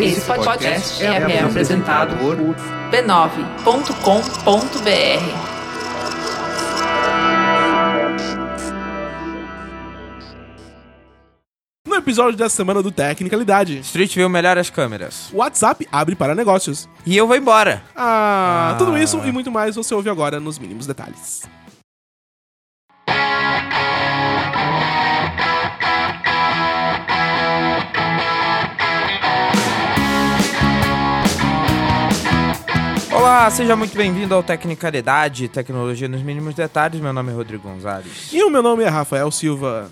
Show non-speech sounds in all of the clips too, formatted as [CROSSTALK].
Esse podcast é, é apresentado por b9.com.br. No episódio dessa semana do Tecnicalidade, Street View melhora as câmeras. o WhatsApp abre para negócios. E eu vou embora. Ah, Ah. tudo isso e muito mais você ouve agora nos mínimos detalhes. Olá, seja muito bem-vindo ao Tecnicalidade, tecnologia nos mínimos detalhes. Meu nome é Rodrigo Gonzalez. E o meu nome é Rafael Silva.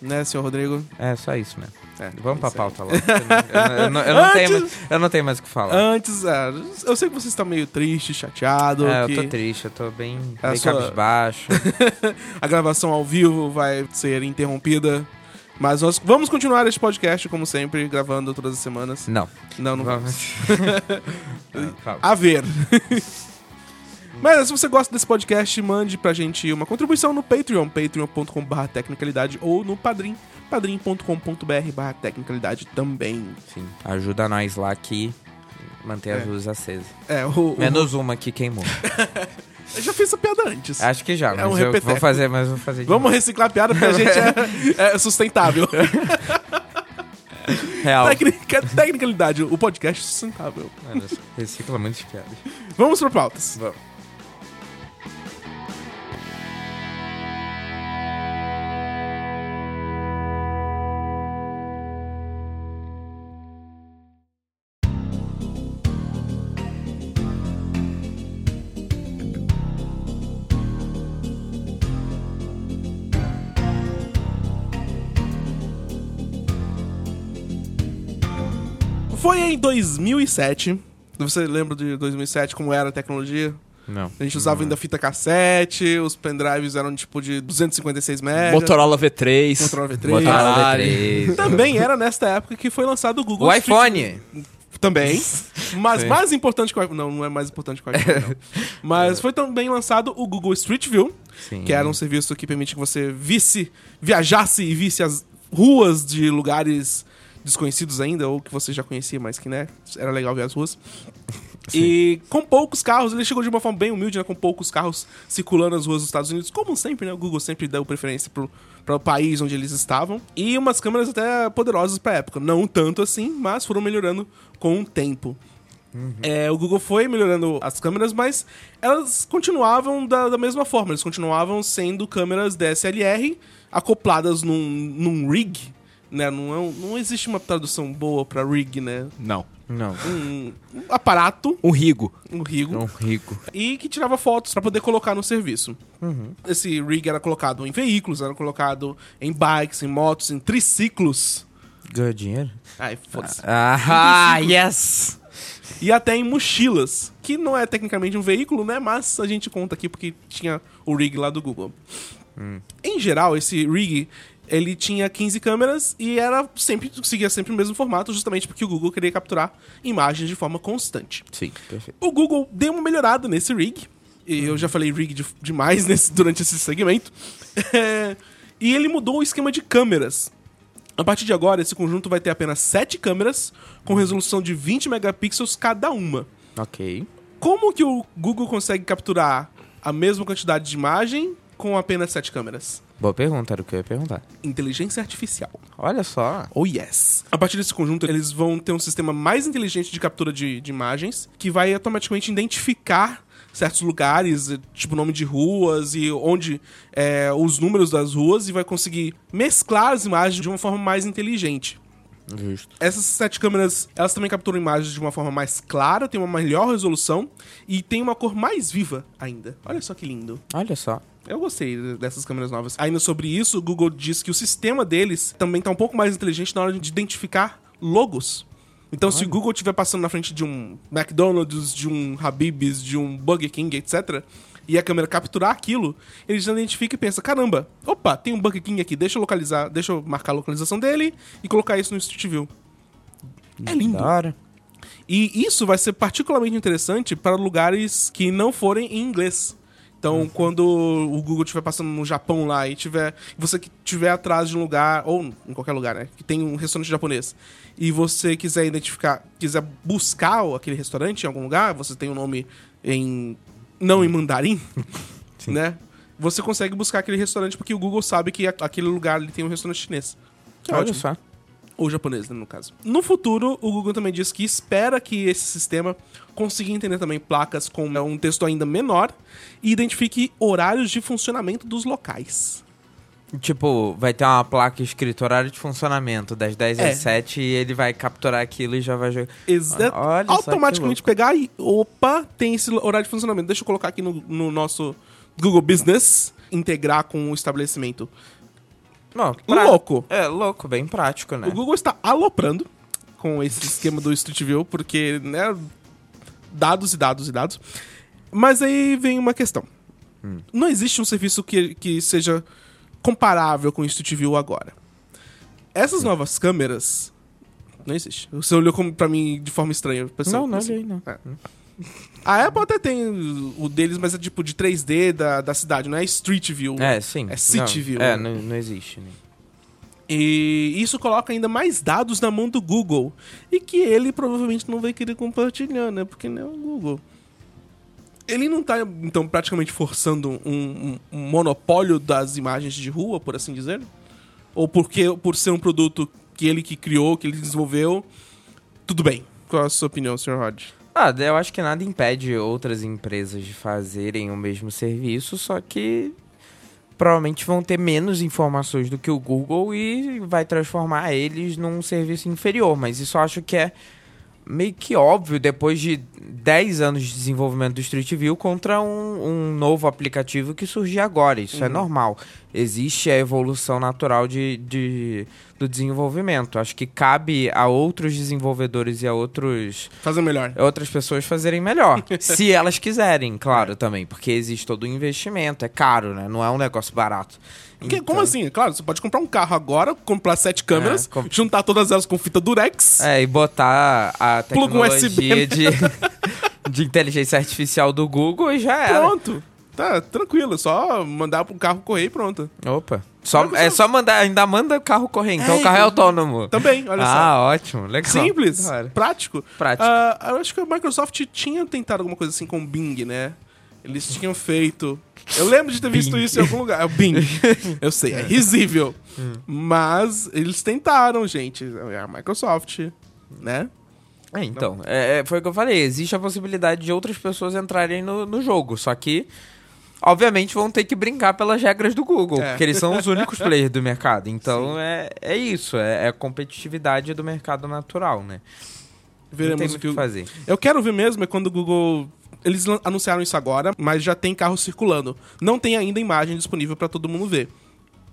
Né, senhor Rodrigo? É só isso mesmo. É, Vamos pra isso aí. pauta logo. Eu não- eu não- eu [LAUGHS] não tenho Antes- mais- Eu não tenho mais o que falar. Antes, ah, eu sei que você está meio triste, chateado. É, que eu tô triste, eu tô bem, É, bem só- [LAUGHS] cabisbaixo. a gravação ao vivo vai ser interrompida. Mas nós vamos continuar este podcast, como sempre, gravando todas as semanas. Não. Não, não [LAUGHS] vamos. Ah, fala. A ver. [LAUGHS] Mas se você gosta desse podcast, mande pra gente uma contribuição no Patreon, patreon.com.br tecnicalidade ou no Padrim, padrim.com.br barra tecnicalidade também. Sim, ajuda nós lá que manter as É. luzes acesas. É, o, o- Menos uma que queimou. eu já fiz essa piada antes. Acho que já, É mas um eu repeteco. vou fazer, mas vou fazer de Vamos reciclar a piada porque a gente [LAUGHS] é, é sustentável. novo. real. Tecnica- tecnicalidade, o podcast sustentável. Mano, Recicla muitas piadas. Vamos pra pautas. Vamos. Foi em 2007. Você lembra de 2007 como era a tecnologia? Não. A gente usava ainda fita cassete, os pendrives eram tipo de 256 megas. Motorola V3. Motorola V3. Botaram a Caralho. V3. Também era nesta época Tá que foi lançado o Google O Street- iPhone. Também. Mas Sim. mais importante que o iPhone. Não, não é mais importante que o iPhone, [LAUGHS] não. Mas foi também lançado o Google Street View, Sim. que era um serviço que permite que você visse, viajasse e visse as ruas de lugares desconhecidos ainda, ou que você já conhecia, mas que, né, era legal ver as ruas. E com poucos carros, ele chegou de uma forma bem humilde, né, com poucos carros circulando as ruas dos Estados Unidos, como sempre, né, o Google sempre deu preferência pro para o país onde eles estavam e umas câmeras até poderosas para época, não tanto assim, mas foram melhorando com o tempo. É, o Google foi melhorando as câmeras, mas elas continuavam da, da mesma forma. Eles continuavam sendo câmeras DSLR acopladas num, num rig, né? Não, é um- não existe uma tradução boa pra rig, né? Não. Não. Um, um aparato, Um Rigo. um rigo, Um rico. e que tirava fotos pra poder colocar no serviço. Esse rig era colocado em veículos, era colocado em bikes, em motos, em triciclos. Ganhou dinheiro? Ai, foda-se. Ah, yes! e até em mochilas, que não é tecnicamente um veículo, né? Mas a gente conta aqui porque tinha o rig lá do Google. Em geral, esse rig ele tinha 15 câmeras e era sempre seguia sempre o mesmo formato, justamente porque o Google queria capturar imagens de forma constante. Sim, perfeito. O Google deu uma melhorada nesse rig. E eu já falei rig de- demais [LAUGHS] nesse- durante esse segmento. É, e ele mudou o esquema de câmeras. A partir de agora, esse conjunto vai ter apenas 7 câmeras com resolução de 20 megapixels cada uma. Ok. Como que o Google consegue capturar a mesma quantidade de imagem com apenas 7 câmeras? Boa pergunta, era o que eu ia perguntar. Inteligência artificial. Olha só. Oh, yes. A partir desse conjunto, eles vão ter um sistema mais inteligente de captura de, de imagens, que vai automaticamente identificar certos lugares, eh, tipo nome de ruas e onde eh, os números das ruas, e vai conseguir mesclar as imagens de uma forma mais inteligente. Justo. Essas sete câmeras, elas também capturam imagens de uma forma mais clara, tem uma melhor resolução e tem uma cor mais viva ainda. Olha só que lindo. Olha só. Eu gostei dessas câmeras novas. Ainda sobre isso, o Google diz que o sistema deles também tá um pouco mais inteligente na hora de identificar logos. Então, se o Google estiver passando na frente de um McDonald's, de um Habib's, de um Burger King, etc., e a câmera capturar aquilo, ele já identifica e pensa: caramba, opa, tem um Burger King aqui, deixa eu localizar, deixa eu marcar a localização dele e colocar isso no Street View. É lindo. Da hora. E isso vai ser particularmente interessante para lugares que não forem em inglês. Então, quando o Google estiver passando no Japão lá e tiver. Você que estiver atrás de um lugar, ou em qualquer lugar, né? Que tem um restaurante japonês. E você quiser identificar, quiser buscar aquele restaurante em algum lugar, você tem o nome em. não em mandarim, né? Você consegue buscar aquele restaurante porque o Google sabe que a- aquele lugar ele tem um restaurante chinês. Que é Olha ótimo. só. Ou japonês, né, no caso. No futuro, o Google também diz que espera que esse sistema consiga entender também placas com um texto ainda menor e identifique horários de funcionamento dos locais. Tipo, vai ter uma placa escrito horário de funcionamento das 10 É. às 7 e ele vai capturar aquilo e já vai jogar. Olha Exa só que automaticamente pegar e. Opa, tem esse horário de funcionamento. Deixa eu colocar aqui no, no nosso Google Business integrar com o estabelecimento. Não, Louco. É, louco, bem prático, né? O Google está aloprando com esse esquema do Street View, porque, né, dados e dados e dados. Mas aí vem uma questão. Não existe um serviço que, que seja comparável com o Street View agora. Essas novas câmeras... Não existe. Você olhou como, pra mim de forma estranha. Eu pensei, Não, não assim, olhei, não. é. A Apple até tem o deles, mas é tipo de 3D da, da cidade, não é Street View. É, sim. É City não, View. É, não, não existe. Né? E isso coloca ainda mais dados na mão do Google. E que ele provavelmente não vai querer compartilhar, né? Porque não é o Google. Ele não tá, então, praticamente forçando um, um- um monopólio das imagens de rua, por assim dizer? Ou porque por ser um produto que ele que criou, que ele desenvolveu? Tudo bem. Qual é a sua opinião, Sr. Rod? Ah, eu acho que nada impede outras empresas de fazerem o mesmo serviço, só que provavelmente vão ter menos informações do que o Google e vai transformar eles num serviço inferior. Mas isso eu acho que é meio que óbvio depois de 10 anos de desenvolvimento do Street View contra um, um novo aplicativo que surgiu agora. Isso é normal. Existe a evolução natural de, de- do desenvolvimento. Acho que cabe a outros desenvolvedores e a outros Fazer melhor. outras pessoas fazerem [LAUGHS] melhor. se elas quiserem, claro, também. Porque existe todo um investimento, é caro, né? Não é um negócio barato. Porque, Então- como assim? Claro, você pode comprar um carro agora, comprar sete câmeras, É, com- juntar todas elas com fita durex. É, e botar a Pluga assim? um USB, né? tecnologia de, de [LAUGHS] inteligência artificial do Google e já era. Pronto. Tá, tranquilo. é Só mandar pro carro correr e pronto. Opa. Só, é só mandar, ainda manda o carro correr, então É, o carro é então- autônomo. Também, olha só. ah, ótimo, legal. Simples, Da hora. prático. Prático. Ah, eu acho que a Microsoft tinha tentado alguma coisa assim com o Bing, né? Eles tinham feito. Eu lembro de ter visto Bing. isso em algum lugar. É o Bing. [LAUGHS] Eu sei, é risível. Hum. Mas eles tentaram, gente. É a Microsoft, né? É, então, é, é, foi o que eu falei. Existe a possibilidade de outras pessoas entrarem no, no jogo, só que, obviamente, vão ter que brincar pelas regras do Google, É. porque eles são os únicos players do mercado. Então, é, é isso, é, é a competitividade do mercado natural, né? Não tem Veremos muito o o que que o fazer. Eu quero ver mesmo é quando o Google. Eles lan- anunciaram isso agora, mas já tem carro circulando. Não tem ainda imagem disponível pra todo mundo ver.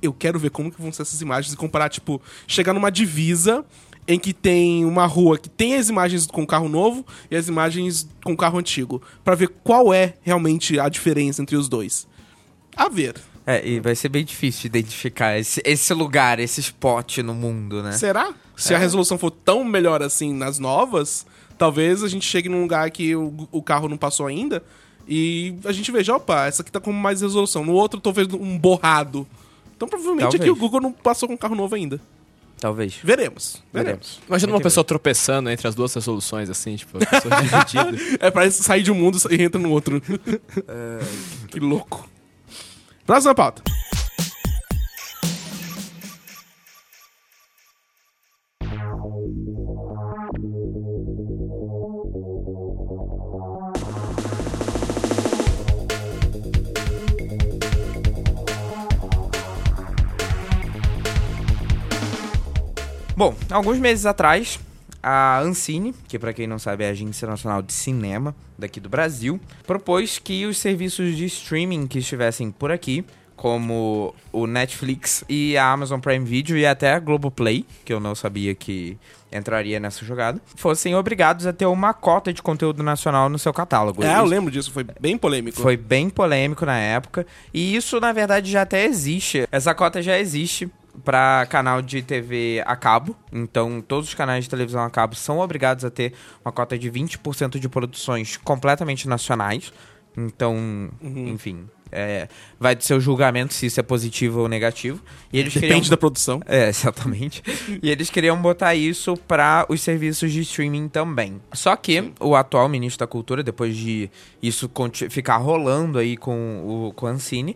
Eu quero ver como que vão ser essas imagens e comparar, tipo, chegar numa divisa em que tem uma rua que tem as imagens com carro novo e as imagens com carro antigo, Pra ver qual é realmente a diferença entre os dois. A ver. É, e vai ser bem difícil identificar esse, esse lugar, esse spot no mundo, né? Será? Se a resolução for tão melhor assim nas novas, talvez a gente chegue num lugar que o, o carro não passou ainda e a gente veja, opa, essa aqui tá com mais resolução. No outro eu tô vendo um borrado. Então provavelmente Talvez. aqui o Google não passou com um carro novo ainda. Talvez. Veremos. Veremos. Veremos. Imagina uma Muito pessoa tropeçando entre as duas resoluções, assim, tipo, a pessoa dividida. É, parece sair de um mundo e entra [LAUGHS] no outro. É, que louco. Próxima pauta. Bom, alguns meses atrás, a Ancine, que pra quem não sabe é a Agência Nacional de Cinema daqui do Brasil, propôs que os serviços de streaming que estivessem por aqui, como o Netflix e a Amazon Prime Video e até a Globoplay, que eu não sabia que entraria nessa jogada, fossem obrigados a ter uma cota de conteúdo nacional no seu catálogo. É, eu Isso- lembro disso, foi bem polêmico. foi bem polêmico na época. E isso, na verdade, já até existe. Essa cota já existe para canal de TV a cabo. Então, todos os canais de televisão a cabo são obrigados a ter uma cota Uhum. de 20% de produções completamente nacionais. Então, enfim, é, vai do seu julgamento se isso é positivo ou negativo. E eles queriam- Depende da produção. é, exatamente. e eles queriam botar isso para os serviços de streaming também. Só que o atual ministro da Cultura, depois de isso conti- ficar rolando aí com o com a Ancine,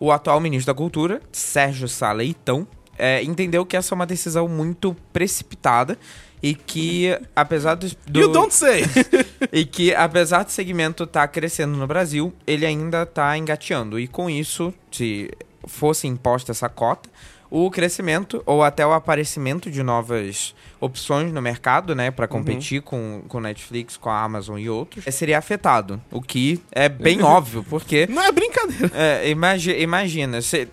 o atual ministro da Cultura, Sérgio Saleitão, é, entendeu que essa é uma decisão muito precipitada e que, apesar dos. do- You don't [LAUGHS] say! e que, apesar do segmento estar crescendo no Brasil, ele ainda está engateando. E com isso, se fosse imposta essa cota, o crescimento ou até o aparecimento de novas opções no mercado, né, para competir Uhum. com com Netflix, com a Amazon e outros, eh, seria afetado. O que é [LAUGHS] bem óbvio, porque Não é brincadeira. é, imagi- imagina, cê-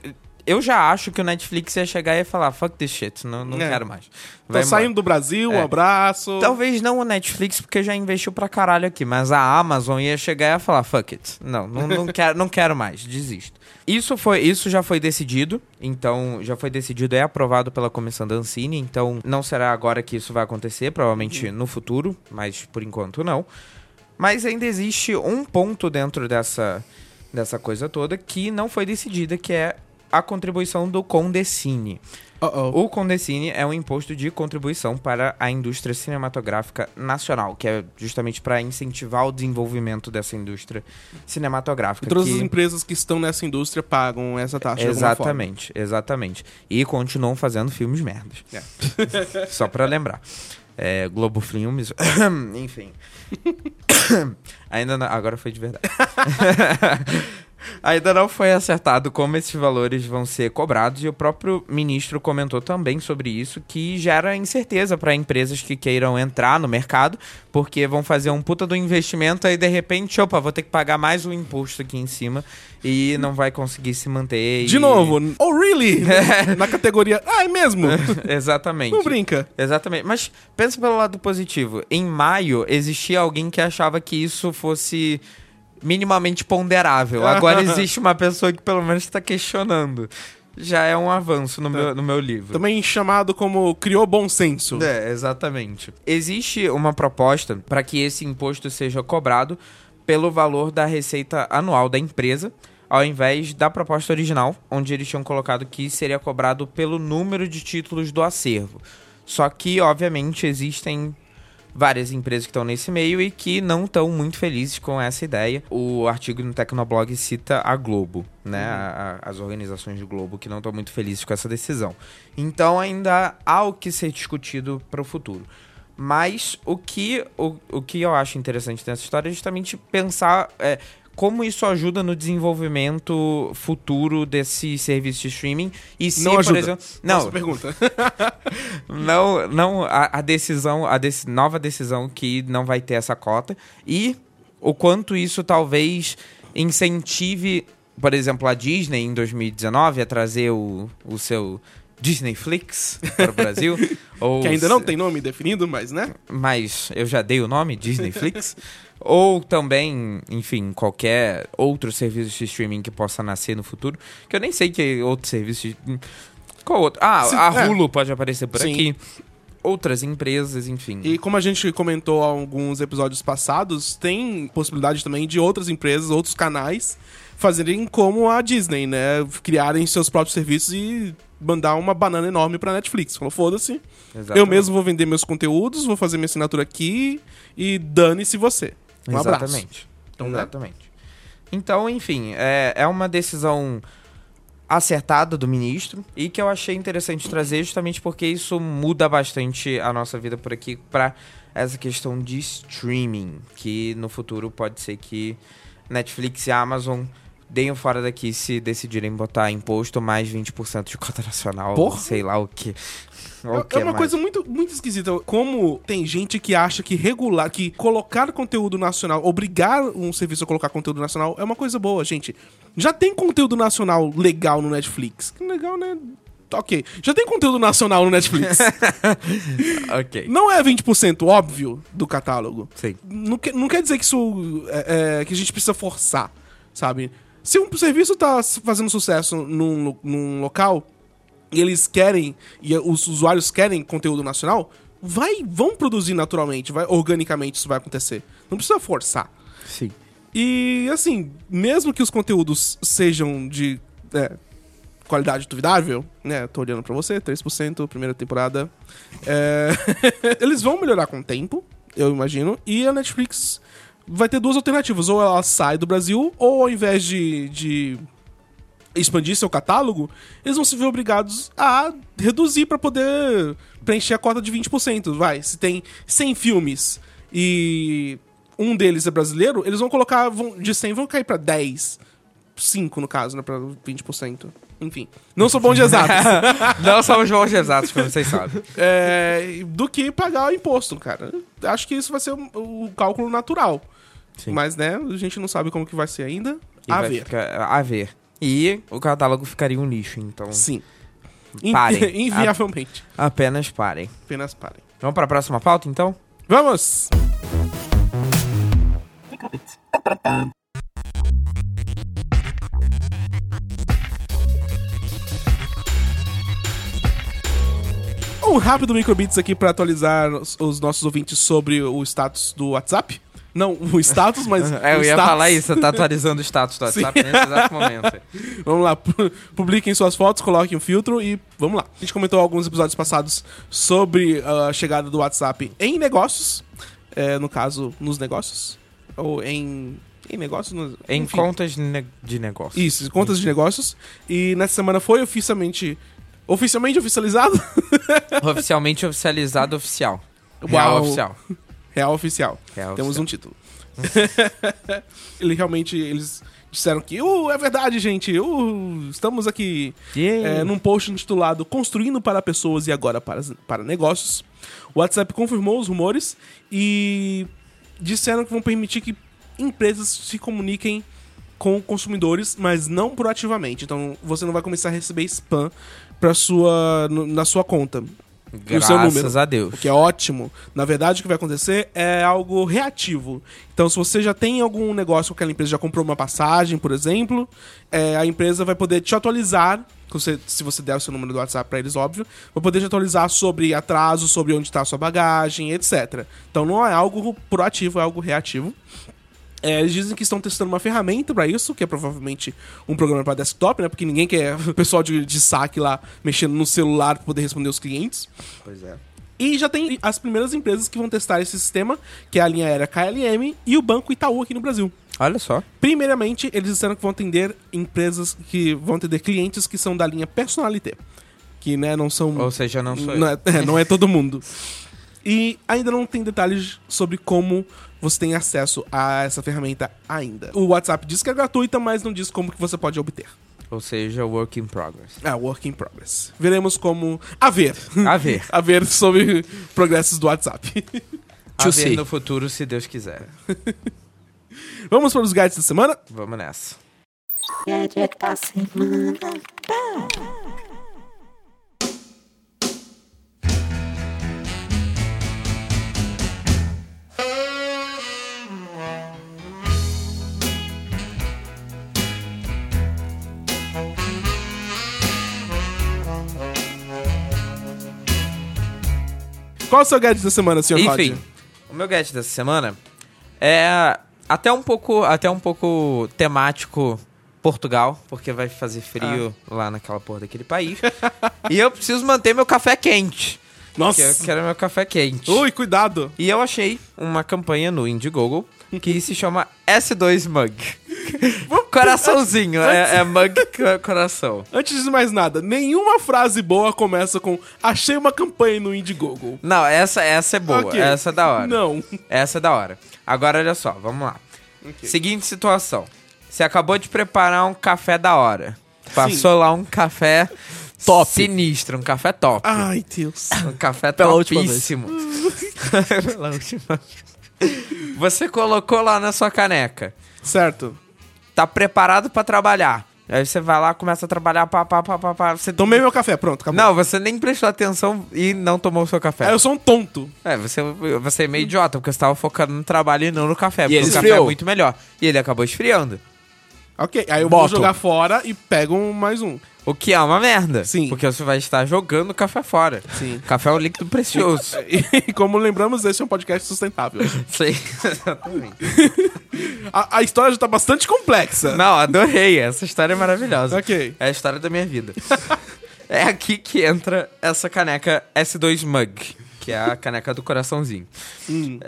eu já acho que o Netflix ia chegar e ia falar fuck this shit, não, não É. quero mais. Tô Vai embora. saindo do Brasil, um É. abraço. Talvez não o Netflix, porque já investiu pra caralho aqui, mas a Amazon ia chegar e ia falar, fuck it. Não, não, não quero, não quero mais, desisto. Isso, foi, isso já foi decidido, então já foi decidido, é aprovado pela comissão da Ancine, então não será agora que isso vai acontecer, provavelmente no futuro, mas por enquanto não. Mas ainda existe um ponto dentro dessa, dessa coisa toda que não foi decidida, que é a contribuição do Condecine. Uh-oh. O Condecine é um imposto de contribuição para a indústria cinematográfica nacional, que é justamente para incentivar o desenvolvimento dessa indústria cinematográfica. E todas as que- empresas que estão nessa indústria pagam essa taxa de alguma forma. Exatamente, exatamente. E continuam fazendo filmes merdas. [LAUGHS] Só pra lembrar. É, Globo Filmes, [COUGHS] enfim. Ainda não- agora foi de verdade. [LAUGHS] Ainda não foi acertado como esses valores vão ser cobrados e o próprio ministro comentou também sobre isso que gera incerteza para empresas que queiram entrar no mercado, porque vão fazer um puta do investimento aí de repente, opa, vou ter que pagar mais um imposto aqui em cima e não vai conseguir se manter. De e- novo, oh really? [LAUGHS] Na categoria. Ah, é mesmo? Exatamente. Não brinca. Exatamente. Mas pensa pelo lado positivo. Em maio, existia alguém que achava que isso fosse minimamente ponderável. Agora existe uma pessoa que pelo menos está questionando. Já é um avanço no, meu, no meu livro. Também chamado como criou bom senso. É, exatamente. Existe uma proposta para que esse imposto seja cobrado pelo valor da receita anual da empresa, ao invés da proposta original, onde eles tinham colocado que seria cobrado pelo número de títulos do acervo. Só que, obviamente, existem várias empresas que estão nesse meio e que não estão muito felizes com essa ideia. O artigo no Tecnoblog cita a Globo, né? Uhum. A- a- as organizações de Globo que não estão muito felizes com essa decisão. Então ainda há o que ser discutido para o futuro. Mas o que, o, o que eu acho interessante nessa história é justamente pensar é, como isso ajuda no desenvolvimento futuro desse serviço de streaming. E se, Não por ajuda. exemplo. Não, Nossa pergunta. não, não a, a decisão, a dec- nova decisão que não vai ter essa cota e o quanto isso talvez incentive, por exemplo, a Disney em 2019 a trazer o, o seu Disney Flix para o Brasil, ou [LAUGHS] Que ainda não se- tem nome definido, mas Uhum. né? mas eu já dei o nome, Disney [LAUGHS] Flix. ou também, enfim, qualquer outro serviço de streaming que possa nascer no futuro. Que eu nem sei que outro serviço. de- Qual outro? Ah, Se- a é. Hulu pode aparecer por Sim. aqui. Outras empresas, enfim. E como a gente comentou há alguns episódios passados, tem possibilidade também de outras empresas, outros canais fazerem como a Disney, né? Criarem seus próprios serviços e mandar uma banana enorme pra Netflix. Falou, foda-se, Exatamente. eu mesmo vou vender meus conteúdos, vou fazer minha assinatura aqui e dane-se você. Um abraço. Exatamente. Então, né? Exatamente. Então, enfim, é, é uma decisão acertada do ministro e que eu achei interessante trazer justamente porque isso muda bastante a nossa vida por aqui para essa questão de streaming, que no futuro pode ser que Netflix e Amazon deem o fora daqui se decidirem botar imposto mais 20% de cota nacional, Porra! sei lá o que. É- é uma coisa muito, muito esquisita. Como tem gente que acha que regular, que colocar conteúdo nacional, obrigar um serviço a colocar conteúdo nacional é uma coisa boa, gente. Já tem conteúdo nacional legal no Netflix. Que Legal, né? Ok. Já tem conteúdo nacional no [LAUGHS] Netflix. Ok. não é 20% óbvio do catálogo. Sim. Não, que- não quer dizer que isso. é- é, que a gente precisa forçar, sabe? Se um serviço tá s- fazendo sucesso num, lo- num local e eles querem, e os usuários querem conteúdo nacional, vai, vão produzir naturalmente, vai, organicamente isso vai acontecer. Não precisa forçar. Sim. E assim, mesmo que os conteúdos sejam de é, qualidade duvidável, né? Tô olhando pra você, 3%, primeira temporada. É, [LAUGHS] Eles vão melhorar com o tempo, eu imagino. E a Netflix vai ter duas alternativas. Ou ela sai do Brasil, ou ao invés de- de expandir seu catálogo, eles vão se ver obrigados a reduzir pra poder preencher a cota de 20%. Vai, se tem 100 filmes e um deles é brasileiro, eles vão colocar vão- de 100 vão cair pra 10, 5 no caso, né, para 20%. Enfim, não sou bom de [LAUGHS] exatos. Não somos bons exatos, como vocês sabem. É, do que pagar o imposto, cara. Acho que isso vai ser o, o cálculo natural. Sim. Mas, né, a gente não sabe como que vai ser ainda. E a vai ver. ficar- a ver. E o catálogo ficaria um lixo, então Sim. [LAUGHS] Parem. Inviavelmente. apenas parem. Apenas parem. Vamos para a próxima pauta, então? Vamos! Um rápido microbits aqui para atualizar os, os nossos ouvintes sobre o status do WhatsApp. Não, o status, mas. [LAUGHS] É, eu o ia status. falar isso, tá atualizando o status [LAUGHS] do WhatsApp nesse exato momento. Vamos lá, [LAUGHS] pu- publiquem suas fotos, coloquem o filtro e vamos lá. A gente comentou alguns episódios passados sobre ah, a chegada do WhatsApp em negócios, eh, no caso, nos negócios, ou em, em negócios, nos- Em enfim. contas ne- de negócio. Isso, contas de negócios. E nessa semana foi oficialmente, oficialmente oficializado? Oficialmente oficializado oficial. [LAUGHS] Uau. Real oficial. Real oficial. Real Temos oficial. um título. [LAUGHS] Ele realmente, eles disseram que, uh, é verdade, gente, uh, estamos aqui. Yeah. É, num post intitulado Construindo para Pessoas e Agora para, para Negócios. O WhatsApp confirmou os rumores e disseram que vão permitir que empresas se comuniquem com consumidores, mas não proativamente. Então você não vai começar a receber spam pra sua, no- na sua conta. E o seu número. Graças a Deus. O que é ótimo. Na verdade, o que vai acontecer é algo reativo. Então, se você já tem algum negócio que aquela empresa já comprou uma passagem, por exemplo, é, a empresa vai poder te atualizar. com você- se você der o seu número do WhatsApp para eles, óbvio, vai poder te atualizar sobre atraso, sobre onde está a sua bagagem, etc. Então não é algo proativo, é algo reativo. É, eles dizem que estão testando uma ferramenta pra isso, que é provavelmente um programa pra desktop, né? Porque ninguém quer [LAUGHS] o pessoal de, de saque lá mexendo no celular pra poder responder os clientes. Pois é. E já tem as primeiras empresas que vão testar esse sistema, que é a linha aérea KLM e o Banco Itaú aqui no Brasil. Olha só. Primeiramente, eles disseram que vão atender empresas que vão atender clientes que são da linha personalité, que né, não são Ou seja, não sou não eu. é, é, [LAUGHS] não é todo mundo. E ainda não tem detalhes sobre como você tem acesso a essa ferramenta ainda. O WhatsApp diz que é gratuita, mas não diz como que você pode obter. Ou seja, work in progress. É, work in progress. Veremos como... A ver. [LAUGHS] A ver. A ver sobre progressos [LAUGHS] do WhatsApp. A ver To see. no futuro, se Deus quiser. Vamos para os guides da semana? Vamos nessa. Gadget da semana. Qual é o seu gadget da semana, senhor Enfim, Todd? o meu gadget dessa semana é até um pouco, até um pouco temático Portugal, porque vai fazer frio Ah. lá naquela porra daquele país. [LAUGHS] e eu preciso manter meu café quente. Nossa! Que eu quero meu café quente. Ui, cuidado! E eu achei uma campanha no Indiegogo que se chama S2 Mug. Coraçãozinho, [LAUGHS] é, é mug co- coração. Antes de mais nada, nenhuma frase boa começa com achei uma campanha no Indiegogo. Não, essa, essa é boa, Ok. essa é da hora. Não. Essa é da hora. Agora olha só, vamos lá. Seguinte situação. Você acabou de preparar um café da hora. Passou lá um café [LAUGHS] top. sinistro, um café top. Ai, Deus. Um café Pela última vez. topíssimo. [LAUGHS] Pela última vez. Você colocou lá na sua caneca. certo. Tá preparado pra trabalhar. Aí você vai lá, começa a trabalhar, pá, pá, pá, pá, pá. Você Tomei meu café, pronto, acabou. Não, você nem prestou atenção e não tomou o seu café. Ah, eu sou um tonto. É, você, você é meio idiota, porque você tava focando no trabalho e não no café. porque ele o café esfriou. é muito melhor. E ele acabou esfriando. Ok, aí eu vou Boto. jogar fora e pego um, [LAUGHS] mais um. O que é uma merda. Sim. Porque você vai estar jogando café fora. Sim. Café é um líquido [LAUGHS] precioso. E como lembramos, esse é um podcast sustentável. Sim, exatamente. A, a história já tá bastante complexa. Não, adorei. Essa história é maravilhosa. Ok. É a história da minha vida. [LAUGHS] é aqui que entra essa caneca S2 Mug, que é a caneca do coraçãozinho. [LAUGHS]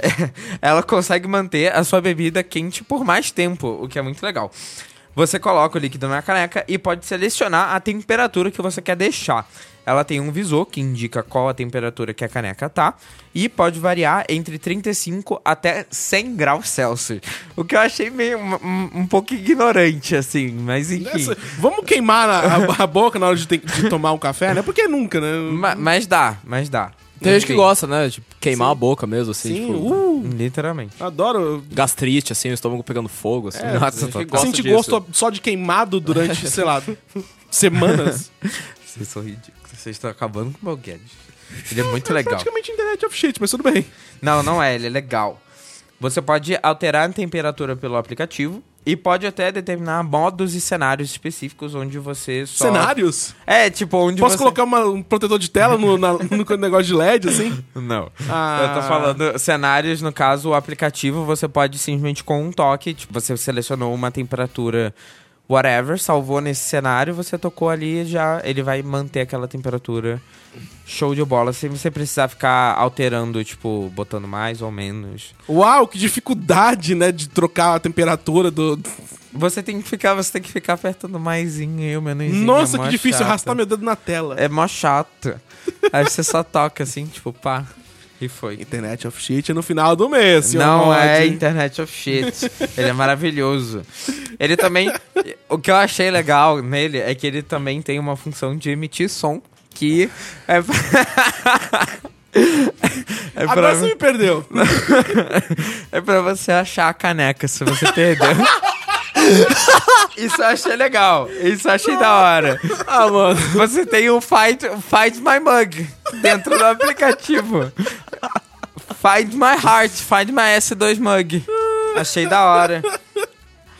Ela consegue manter a sua bebida quente por mais tempo, o que é muito legal. Você coloca o líquido na caneca e pode selecionar a temperatura que você quer deixar. Ela tem um visor que indica qual a temperatura que a caneca tá e pode variar entre 35 até 100 graus Celsius. O que eu achei meio um, um- um pouco ignorante assim, mas enfim. Essa- Né? vamos queimar a, a- a boca na hora de, ter- de tomar um café, né? Porque nunca, né? Ma- mas dá, mas dá. Tem gente que Enfim, gosta, né? Tipo, queimar a boca mesmo, assim. Sim, tipo, uh, Literalmente. adoro. Gastrite, assim, o estômago pegando fogo, assim. É, Nossa, tem gente que total. Gosto Gosto Senti disso. gosto só de queimado durante, sei lá, semanas. Vocês são ridículos. Vocês estão acabando com o Paulo Guedes. Ele é [LAUGHS] muito legal. Praticamente internet of shit, mas tudo bem. Não, não é, ele é legal. Você pode alterar a temperatura pelo aplicativo e pode até determinar modos e cenários específicos onde você só. Cenários? É, tipo, onde Posso você. colocar uma- um protetor de tela no, na- no [LAUGHS] negócio de LED, assim? Não. Ah. Eu tô falando cenários, no caso, o aplicativo você pode simplesmente com um toque, tipo, você selecionou uma temperatura whatever, salvou nesse cenário, você tocou ali e já ele vai manter aquela temperatura show de bola, sem você precisar ficar alterando, tipo, botando mais ou menos. Uau, que dificuldade, né, de trocar a temperatura do... Você tem que ficar, você tem que ficar apertando maisinho e o menuzinho. Nossa, é mó que difícil chato. arrastar meu dedo na tela. É mó chato. Aí você só toca assim, tipo, pá, e foi. Internet of shit é no final do mês, senhor Não Mod. é Internet of Shit. Ele é maravilhoso. Ele também. O que eu achei legal nele é que ele também tem uma função de emitir som que é. [LAUGHS] é, pra, Agora você me perdeu. é pra você achar a caneca se você [LAUGHS] perdeu. Isso eu achei legal. Isso eu achei da hora. Ah, mano. Você tem o Find, Find My Mug dentro do aplicativo. Find My Heart, Find My S2 Mug. Achei da hora.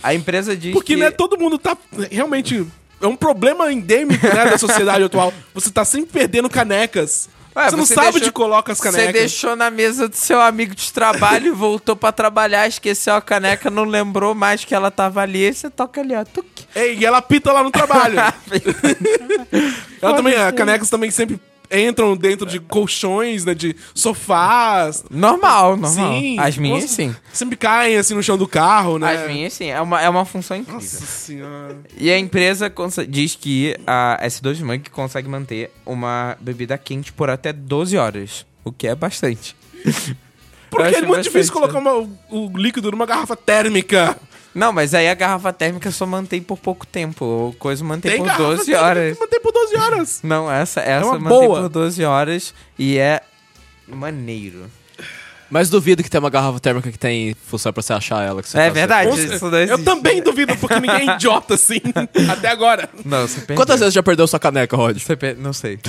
A empresa diz Porque, que... né, todo mundo tá realmente... É um problema endêmico, né, da sociedade [LAUGHS] atual. Você tá sempre perdendo canecas. Ué, você não você sabe deixou- onde coloca as canecas. Você deixou na mesa do seu amigo de [LAUGHS] trabalho, voltou pra trabalhar, esqueceu a caneca, não lembrou mais que ela tava ali, aí você toca ali, ó, tuque. Ei, e ela pita lá no trabalho. Ela também, a canecas também sempre entram dentro de colchões, né, de sofás. [LAUGHS] Normal, normal. Sim. As minhas, Nossa, sim. Sempre caem assim no chão do carro, né? As minhas, sim. É uma, é uma função incrível. Nossa senhora. E a empresa conse- diz que a S2 Mug consegue manter uma bebida quente por até 12 horas. O que é bastante. Porque é acho muito difícil bastante, colocar uma- o líquido numa garrafa térmica. Não, mas aí a garrafa térmica só mantém por pouco tempo. O coisa mantém por garrafa 12 térmica horas. que mantém por 12 horas. Não, essa, essa uma mantém boa. por 12 horas e é maneiro. Mas duvido que tem uma garrafa térmica que tem função pra você achar ela. Que você É faz- verdade. Com Isso cer- não Eu existe. né? também duvido, porque [LAUGHS] ninguém é idiota assim, até agora. Não, você perdeu. Quantas vezes já perdeu sua caneca, Rod? Você per... Não sei. [LAUGHS]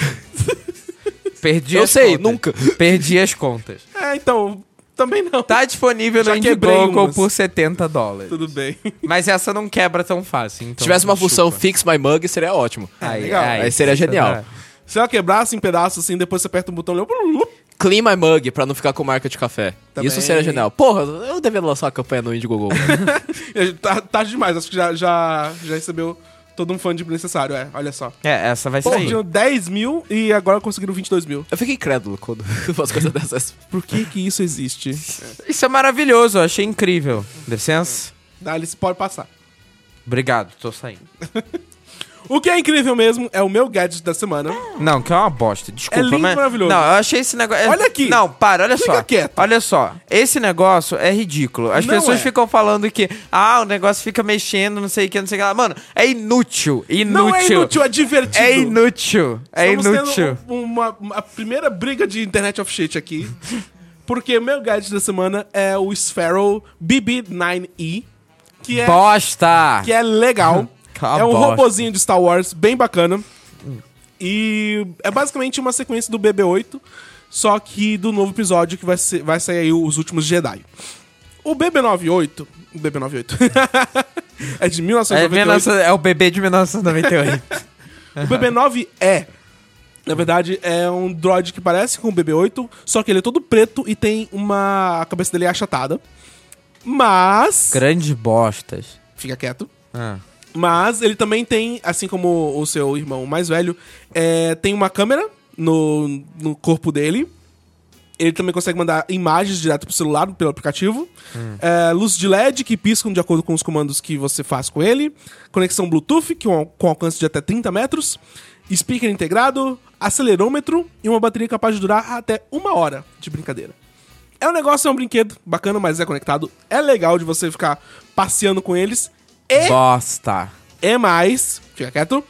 Perdi Eu as sei, contas. nunca. Perdi as contas. É, então, também não. Tá disponível Já no quebrei Indiegogo umas. por 70 dólares. Tudo bem. Mas essa não quebra tão fácil. Então Se tivesse uma chupa. função Fix My Mug, seria ótimo. Aí, legal. Aí seria genial. Se ela quebrasse em pedaços assim, depois você aperta um botão, ele- Clean My Mug, pra não ficar com marca de café. Também. Isso seria genial. Porra, eu devia lançar uma campanha no Indiegogo. [LAUGHS] mano. Tá, tarde demais, acho que já, já, já recebeu todo um fund necessário, é. Olha só. É, essa vai Pô, sair. tinham 10 mil e agora conseguiram 22 mil. eu fico incrédulo quando [LAUGHS] umas coisas dessas. Por que que [LAUGHS] isso existe? Isso é maravilhoso, eu achei incrível. Licença? Dá, eles podem passar. Obrigado, tô saindo. O que é incrível mesmo é o meu gadget da semana. Não, que é uma bosta, desculpa. É lindo, mas... maravilhoso. Não, eu achei esse negócio... é- Olha aqui. Não, para, olha Fica só. quieto. Olha só, esse negócio é ridículo. As Não pessoas é. ficam falando que, ah, o negócio fica mexendo, não sei o que, não sei o que lá. Mano, é inútil, inútil. Não é inútil, é divertido. É inútil, é Estamos inútil. tendo um- uma, uma primeira briga de Internet of [LAUGHS] Shit aqui. Porque o meu gadget da semana é o Sphero BB9E, que é, Bosta! que é [LAUGHS] legal. Tá é um bosta. robozinho de Star Wars bem bacana. E é basicamente uma sequência do BB-8, só que do novo episódio que vai, ser- vai sair aí os últimos Jedi. O BB-98... O BB-98... [LAUGHS] é de É, 1998. [LAUGHS] 19 é o bebê de 1998. O BB9 é. Na verdade, é um droid que parece com o BB-8, só que ele é todo preto e tem uma... A cabeça dele é achatada. Mas... Grandes bostas. Fica quieto. Ah. Mas ele também tem, assim como o seu irmão mais velho, é, tem uma câmera no, no corpo dele. Ele também consegue mandar imagens direto pro celular, pelo aplicativo. É, luz de LED que piscam de acordo com os comandos que você faz com ele. Conexão Bluetooth que é um, com, com alcance de até 30 metros. Speaker integrado, acelerômetro e uma bateria capaz de durar até uma hora de brincadeira. É um negócio, é um brinquedo bacana, mas é conectado. É legal de você ficar passeando com eles. E Bosta. e É mais, fica quieto,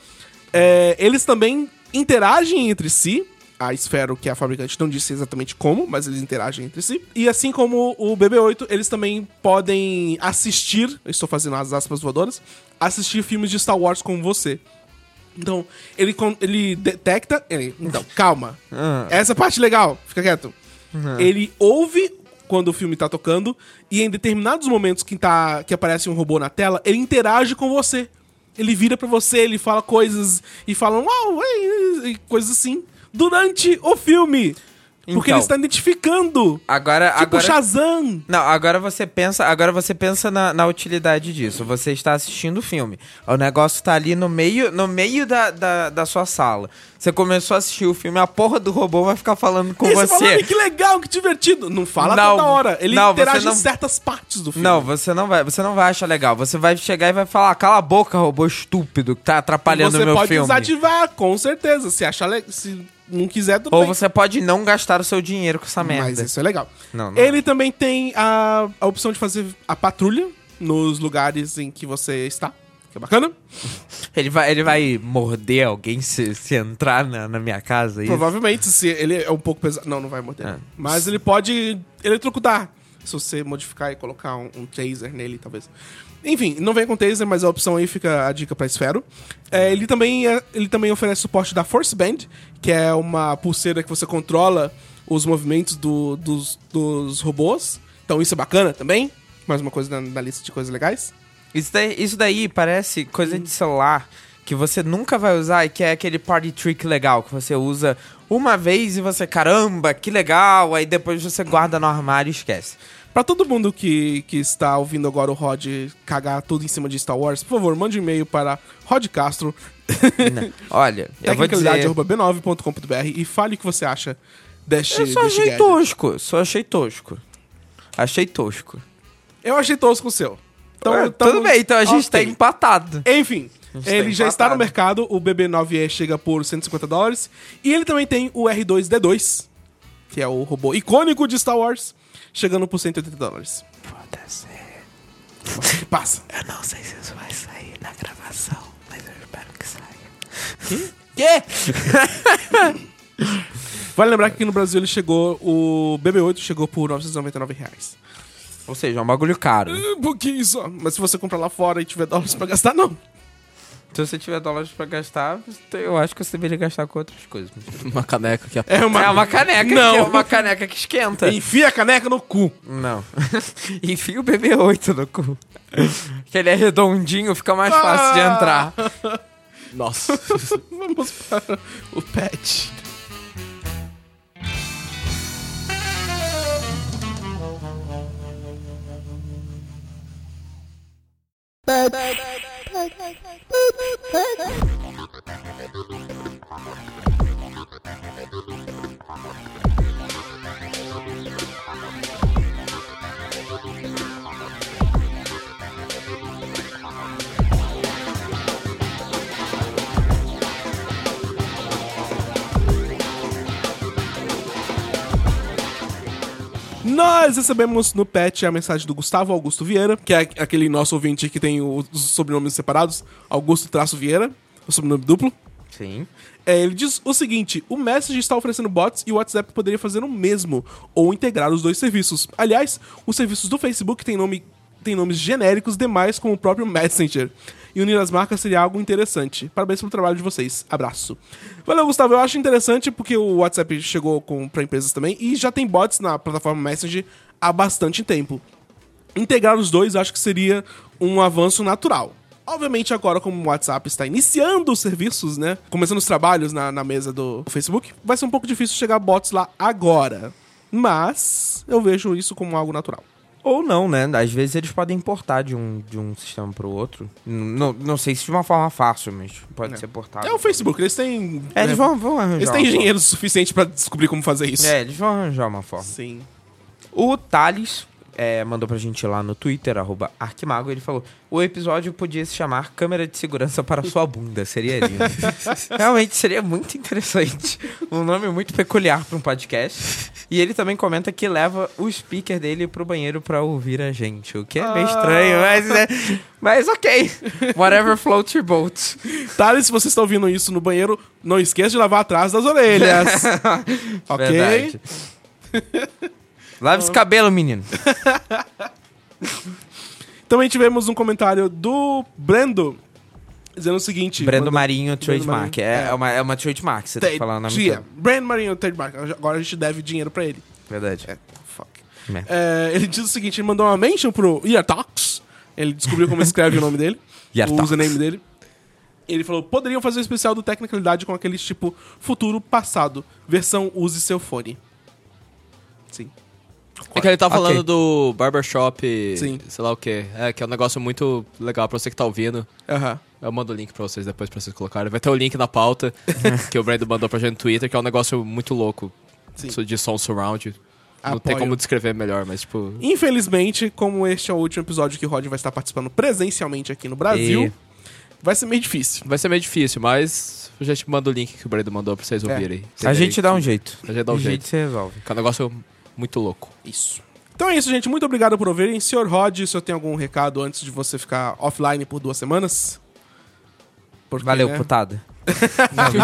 é, eles também interagem entre si. A Esfero, que é a fabricante, não disse exatamente como, mas eles interagem entre si. E assim como o BB-8, eles também podem assistir, eu estou fazendo as aspas voadoras, assistir filmes de Star Wars com você. Então, ele, con- ele detecta... ele- então, calma. Ah. Essa parte legal, fica quieto. Ele ouve quando o filme tá tocando e em determinados momentos que, tá, que aparece um robô na tela, ele interage com você. Ele vira pra você, ele fala coisas e fala uau, ei", e coisas assim durante o filme. Porque Então. ele está identificando. Agora, Tipo agora... Shazam. Não, agora você pensa, agora você pensa na, na utilidade disso. Você está assistindo o filme. O negócio tá ali no meio, no meio da, da, da sua sala. Você começou a assistir o filme, a porra do robô vai ficar falando com E você. fala, "Olha, que legal, que divertido. Não fala Não, toda hora. Ele não, você interage não- em certas partes do filme. Não, você não vai, você não vai achar legal. Você vai chegar e vai falar: "Cala a boca, robô estúpido, que tá atrapalhando você o meu pode filme". desativar, com certeza. Se achar le- se não quiser, tudo Ou bem. você pode não gastar o seu dinheiro com essa Mas merda. isso é legal. Não, não Ele também tem a, a opção de fazer a patrulha nos lugares em que você está. Que é bacana. Ele vai, ele vai morder alguém se, se entrar na, na minha casa é isso? Provavelmente, se ele é um pouco pesado. Não, não vai morder. É. Mas ele pode eletrocutar. Se você modificar e colocar um, um taser nele, talvez. Enfim, não vem com taser, mas a opção aí fica a dica pra esfero. É, ele, também é- ele também oferece suporte da Force Band, que é uma pulseira que você controla os movimentos do- dos, dos robôs. Então isso é bacana também. Mais uma coisa na, na lista de coisas legais. Isso daí, isso daí parece coisa de celular que você nunca vai usar e que é aquele party trick legal que você usa uma vez e você, caramba, que legal, aí depois você guarda no armário e esquece. Pra todo mundo que, que está ouvindo agora o Rod cagar tudo em cima de Star Wars, por favor, mande um e-mail para rodcastro, [LAUGHS] Olha, eu vou dizer, tecnicalidade.b9.com.br e fale o que você acha deste, eu só deste achei gadget. tosco, só achei tosco. Achei tosco. Eu achei tosco o seu. Então, Ué, então- tudo bem, então a gente tá ok. empatado. Enfim, gente ele tá já está no empatado. mercado, o BB9E chega por 150 dólares. E ele também tem o R2-D2, que é o robô icônico de Star Wars, chegando por 180 dólares. Foda-se. Passa. Eu não sei se isso vai sair na gravação, mas eu espero que saia. Vale lembrar que aqui no Brasil ele chegou, o BB8 chegou por R$ 999 reais. Ou seja, é um bagulho caro. Um pouquinho só. Mas se você comprar lá fora e tiver dólares pra gastar, não. Se você tiver dólares pra gastar, eu acho que você deveria gastar com outras coisas. Uma caneca que é [LAUGHS] É uma, É uma caneca, Não. Que é uma caneca que esquenta. Enfia a caneca no cu. Não. [LAUGHS] Enfia o BB-8 no cu. [LAUGHS] que ele é redondinho, fica mais fácil de Ah. entrar. Nossa. Vamos para o pet. Nós recebemos no pet a mensagem do Gustavo Augusto Vieira, que é aquele nosso ouvinte que tem os sobrenomes separados, Augusto Traço Vieira, o sobrenome duplo. Sim. É, ele diz o seguinte: o Message está oferecendo bots e o WhatsApp poderia fazer o mesmo, ou integrar os dois serviços. Aliás, os serviços do Facebook têm nome. têm nomes genéricos demais como o próprio Messenger. E unir as marcas seria algo interessante. Parabéns pelo trabalho de vocês. Abraço. Valeu, Gustavo. Eu acho interessante porque o WhatsApp chegou com, pra empresas também e já tem bots na plataforma Messenger há bastante tempo. Integrar os dois eu acho que seria um avanço natural. Obviamente, agora, como o WhatsApp está iniciando os serviços, né? Começando os trabalhos na, na mesa do Facebook, vai ser um pouco difícil chegar bots lá agora. Mas eu vejo isso como algo natural. Ou não, né? Às vezes eles podem importar de um, de um sistema pro outro. N- Não, não sei se de uma forma fácil, mas pode ser portado. É o Facebook, eles têm. Ah, É, né, eles vão, vão arranjar. eles uma têm forma. dinheiro suficiente pra descobrir como fazer isso. É, eles vão arranjar uma forma. Sim. O Thales é, mandou pra gente lá no Twitter, arroba Arquimago, ele falou: o episódio podia se chamar Câmera de Segurança para sua bunda. Seria [LAUGHS] lindo. Realmente seria muito interessante. Um nome muito peculiar pra um podcast. E ele também comenta que leva o speaker dele pro banheiro pra ouvir a gente. O que é meio estranho, mas, é, mas ok. Whatever floats your boat. Thales, se você está ouvindo isso no banheiro, não esqueça de lavar atrás [LAUGHS] das orelhas. ok? Verdade. Lava esse cabelo, menino. Também tivemos um comentário do Brendo dizendo o seguinte: Brando mandou- Marinho, trademark. Marinho. É, é uma, é uma trademark, você tá falando na Tia, Brand Marinho Trademark. Agora a gente deve dinheiro pra ele. Verdade. Fuck. Merda. É, ele diz o seguinte: ele mandou uma mention pro Yartox. Ele descobriu como escreve o nome dele. Yartox. O username dele. Ele falou: poderiam fazer um especial do Tecnicalidade com aqueles tipo futuro passado. Versão use seu fone. Sim. É que ele tá Ok. falando do barbershop, Sim. sei lá o que. É, que é um negócio muito legal pra você que tá ouvindo. Aham. Eu mando o link pra vocês depois pra vocês colocarem. Vai ter o link na pauta que o Brando mandou pra gente no Twitter, que é um negócio muito louco. Sim. Isso De som surround. Não Apoio. tem como descrever melhor, mas tipo. Infelizmente, como este é o último episódio que o Rod vai estar participando presencialmente aqui no Brasil, E- vai ser meio difícil. Vai ser meio difícil, mas a gente manda o link que o Brando mandou pra vocês ouvirem. A gente dá um jeito. A gente dá um A jeito. se resolve. Que é um negócio muito louco. Isso. Então é isso, gente. Muito obrigado por ouvirem. Senhor Rod, se eu tenho algum recado antes de você ficar offline por duas semanas? Porque, Valeu, né? é- putada.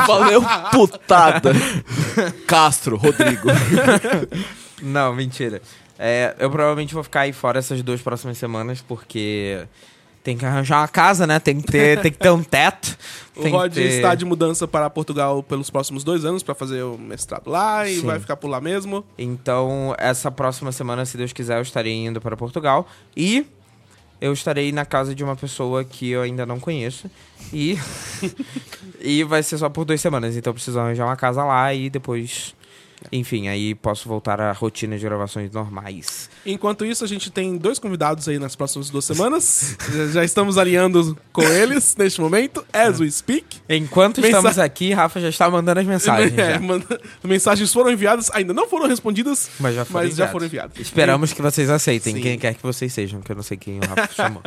Valeu, putada! Castro, Rodrigo. Não, mentira. É, eu provavelmente vou ficar aí fora essas duas próximas semanas, porque tem que arranjar uma casa, né? Tem que ter, tem que ter um teto. O tem Rod que ter- está de mudança para Portugal pelos próximos dois anos para fazer o mestrado lá e Sim. vai ficar por lá mesmo. Então, essa próxima semana, se Deus quiser, eu estarei indo para Portugal. E eu estarei na casa de uma pessoa que eu ainda não conheço. E, [LAUGHS] e vai ser só por duas semanas. Então, eu preciso arranjar uma casa lá e depois. Enfim, aí posso voltar à rotina de gravações normais. Enquanto isso, a gente tem dois convidados aí nas próximas duas semanas. [LAUGHS] Já- Já estamos alinhando com eles neste momento, as É. we speak. Enquanto Mensa- estamos aqui, Rafa já está mandando as mensagens. [LAUGHS] É, já. manda- mensagens foram enviadas, ainda não foram respondidas, Mas já foram enviadas. enviadas. Esperamos que vocês aceitem, Sim. quem quer que vocês sejam, que eu não sei quem o Rafa chamou.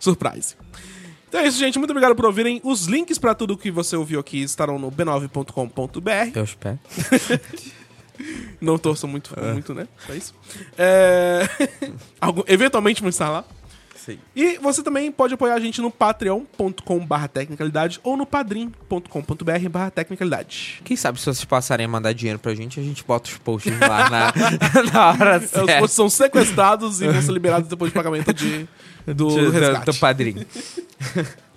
Surprise. Então é isso, gente. Muito obrigado por ouvirem. Os links pra tudo que você ouviu aqui estarão no b9.com.br. Eu espero. Não torçam muito, muito né? Pra isso. É... [LAUGHS] Algum... Eventualmente vão estar lá. Sim. E você também pode apoiar a gente no patreon.com barra tecnicalidade ou no padrim.com.br barra tecnicalidade. Quem sabe se vocês passarem a mandar dinheiro pra gente, a gente bota os posts lá [LAUGHS] na, na hora É, Os certa. posts são sequestrados e vão ser liberados depois do pagamento [LAUGHS] de, do do, resgate. do, do padrinho.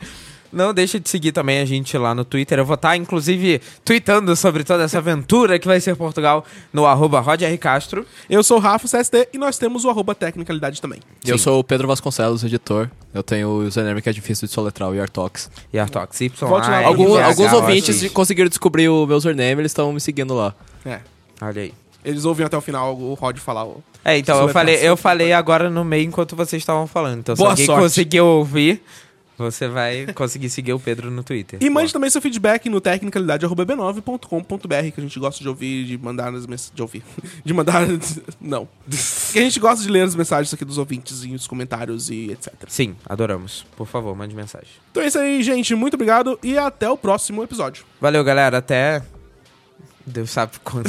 [LAUGHS] Não deixa de seguir também a gente lá no Twitter. Eu vou estar, inclusive, tweetando sobre toda essa aventura que vai ser Portugal no arroba Rod R. Castro. Eu sou o Rafa CST e nós temos o arroba tecnicalidade também. E eu sou o Pedro Vasconcelos, editor. Eu tenho o username que é difícil de soletrar, o Yartox. E Artox Y. Volte lá, A, Algum- Algum, R, H, alguns O, ouvintes X. conseguiram descobrir o meu username, eles estão me seguindo lá. É. Olha aí. Eles ouvem até o final o Rod falar o... É, então, eu Soletração. falei, eu falei agora no meio enquanto vocês estavam falando. Então, se Boa alguém sorte. conseguiu ouvir, você vai conseguir seguir o Pedro no Twitter. E mande também seu feedback no tecnicalidade.b9.com.br, que a gente gosta de ouvir, de mandar as mensagens. De ouvir. [LAUGHS] De mandar. [LAUGHS] Não. Que a gente gosta de ler as mensagens aqui dos ouvintes e os comentários e etc. Sim, adoramos. Por favor, mande mensagem. Então é isso aí, gente. Muito obrigado e até o próximo episódio. Valeu, galera. Até. Deus sabe quando.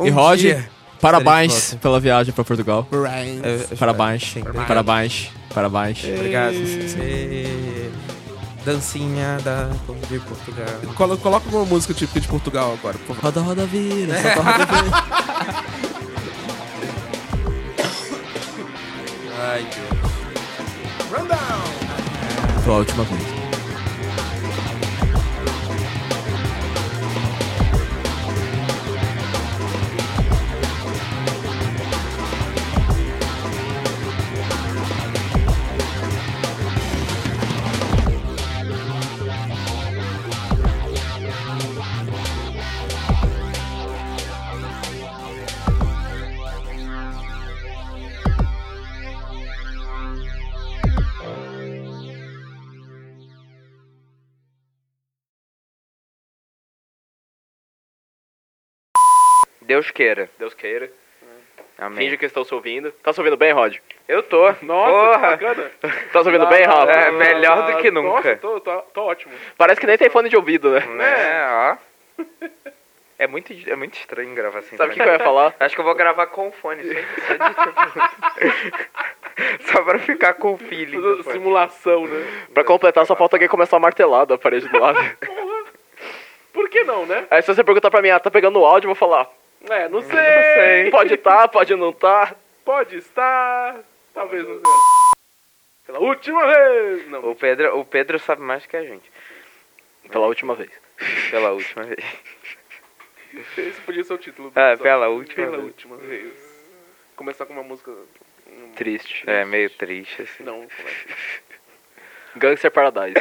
e Um Roger, dia. Estarei de parabéns volta. pela viagem pra Portugal. Eu- é eu- Parabéns, Sim, parabéns, parabéns. Obrigado. Ê, Dancinha da de Portugal. Colo- Coloca uma música típica de Portugal agora, por favor. Roda, roda, vira. Ai, Deus. Foi a última vez. Deus queira. Deus queira. Amém. Finge que estão se ouvindo. Tá se ouvindo bem, Rod? Eu tô. Nossa, Porra. que bacana. Tá se ouvindo bem, Rafa? é, melhor do que nunca. Nossa, tô, tô, tô ótimo. Parece que nem tem fone de ouvido, né? É, ó. É muito, é muito estranho gravar assim. Sabe o que, que eu ia falar? Acho que eu vou gravar com o fone. [LAUGHS] Só, só pra ficar com o feeling. do fone. Simulação, né? Pra completar, só falta alguém começar a martelar da parede [LAUGHS] do lado. Por que não, né? Aí se você perguntar pra mim, ah, tá pegando o áudio, eu vou falar. É, não sei. Pode tá, pode não tá. Pode estar. Talvez não seja. Pela última vez! Não. O Pedro, o Pedro sabe mais que a gente. Pela última vez. Pela última vez. Esse podia ser o título do Ah, episódio. pela última Pela vez. última vez. Começar com uma música. um- Triste. É meio triste assim. Não, começa. Gangster Paradise.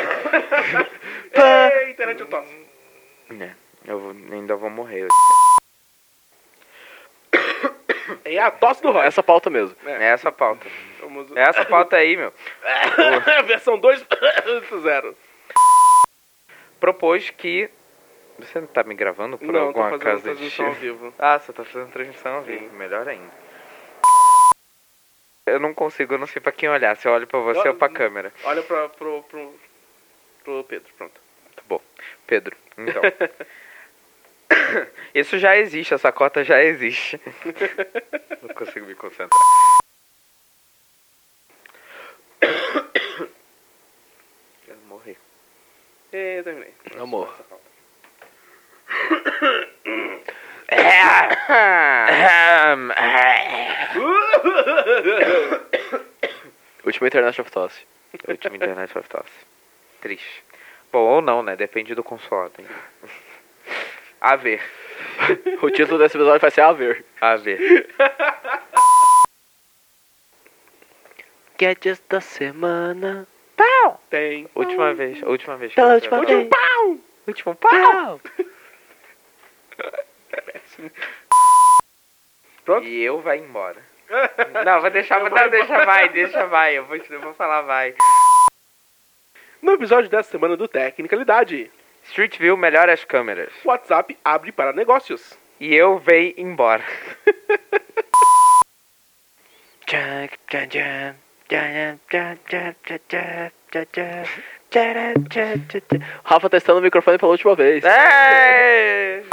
Ah. Ei, internet eu É tosse. Eu vou- ainda vou [COUGHS] morrer. É a tosse do Roy. Essa pauta mesmo. É essa a pauta. Vamos- É essa a pauta aí, meu. [LAUGHS] Versão 2 zero. Propôs que. Você não tá me gravando por Não, tô alguma fazendo casa de transmissão ao vivo. Ah, você tá fazendo transmissão ao vivo. Melhor ainda. Eu não consigo, eu não sei pra quem olhar. Se eu olho pra você Eu- ou pra câmera. Olha pra, pro, pro, pro Pedro, pronto. Tá bom. Pedro, então. Isso já existe, essa cota já existe. não consigo me concentrar. Quero morrer. E terminei. Amor. Última Internet of Toss. Última internet of tosse. Triste. Bom, ou não, né? Depende do consolado. hein? A ver. [LAUGHS] O título desse episódio vai ser A Ver. A ver. Gadgets da semana. Tem. Última vez. Última vez. Que eu última gravo. vez. Último pau. Pronto? E eu vai [LAUGHS] embora. Não, vou deixar, não, deixa vai, deixa vai. Eu vou, eu vou falar vai. No episódio dessa semana do Tecnicalidade, Street View melhora as câmeras. o WhatsApp abre para negócios. E eu vei embora. Rafa testando o microfone pela última vez. É!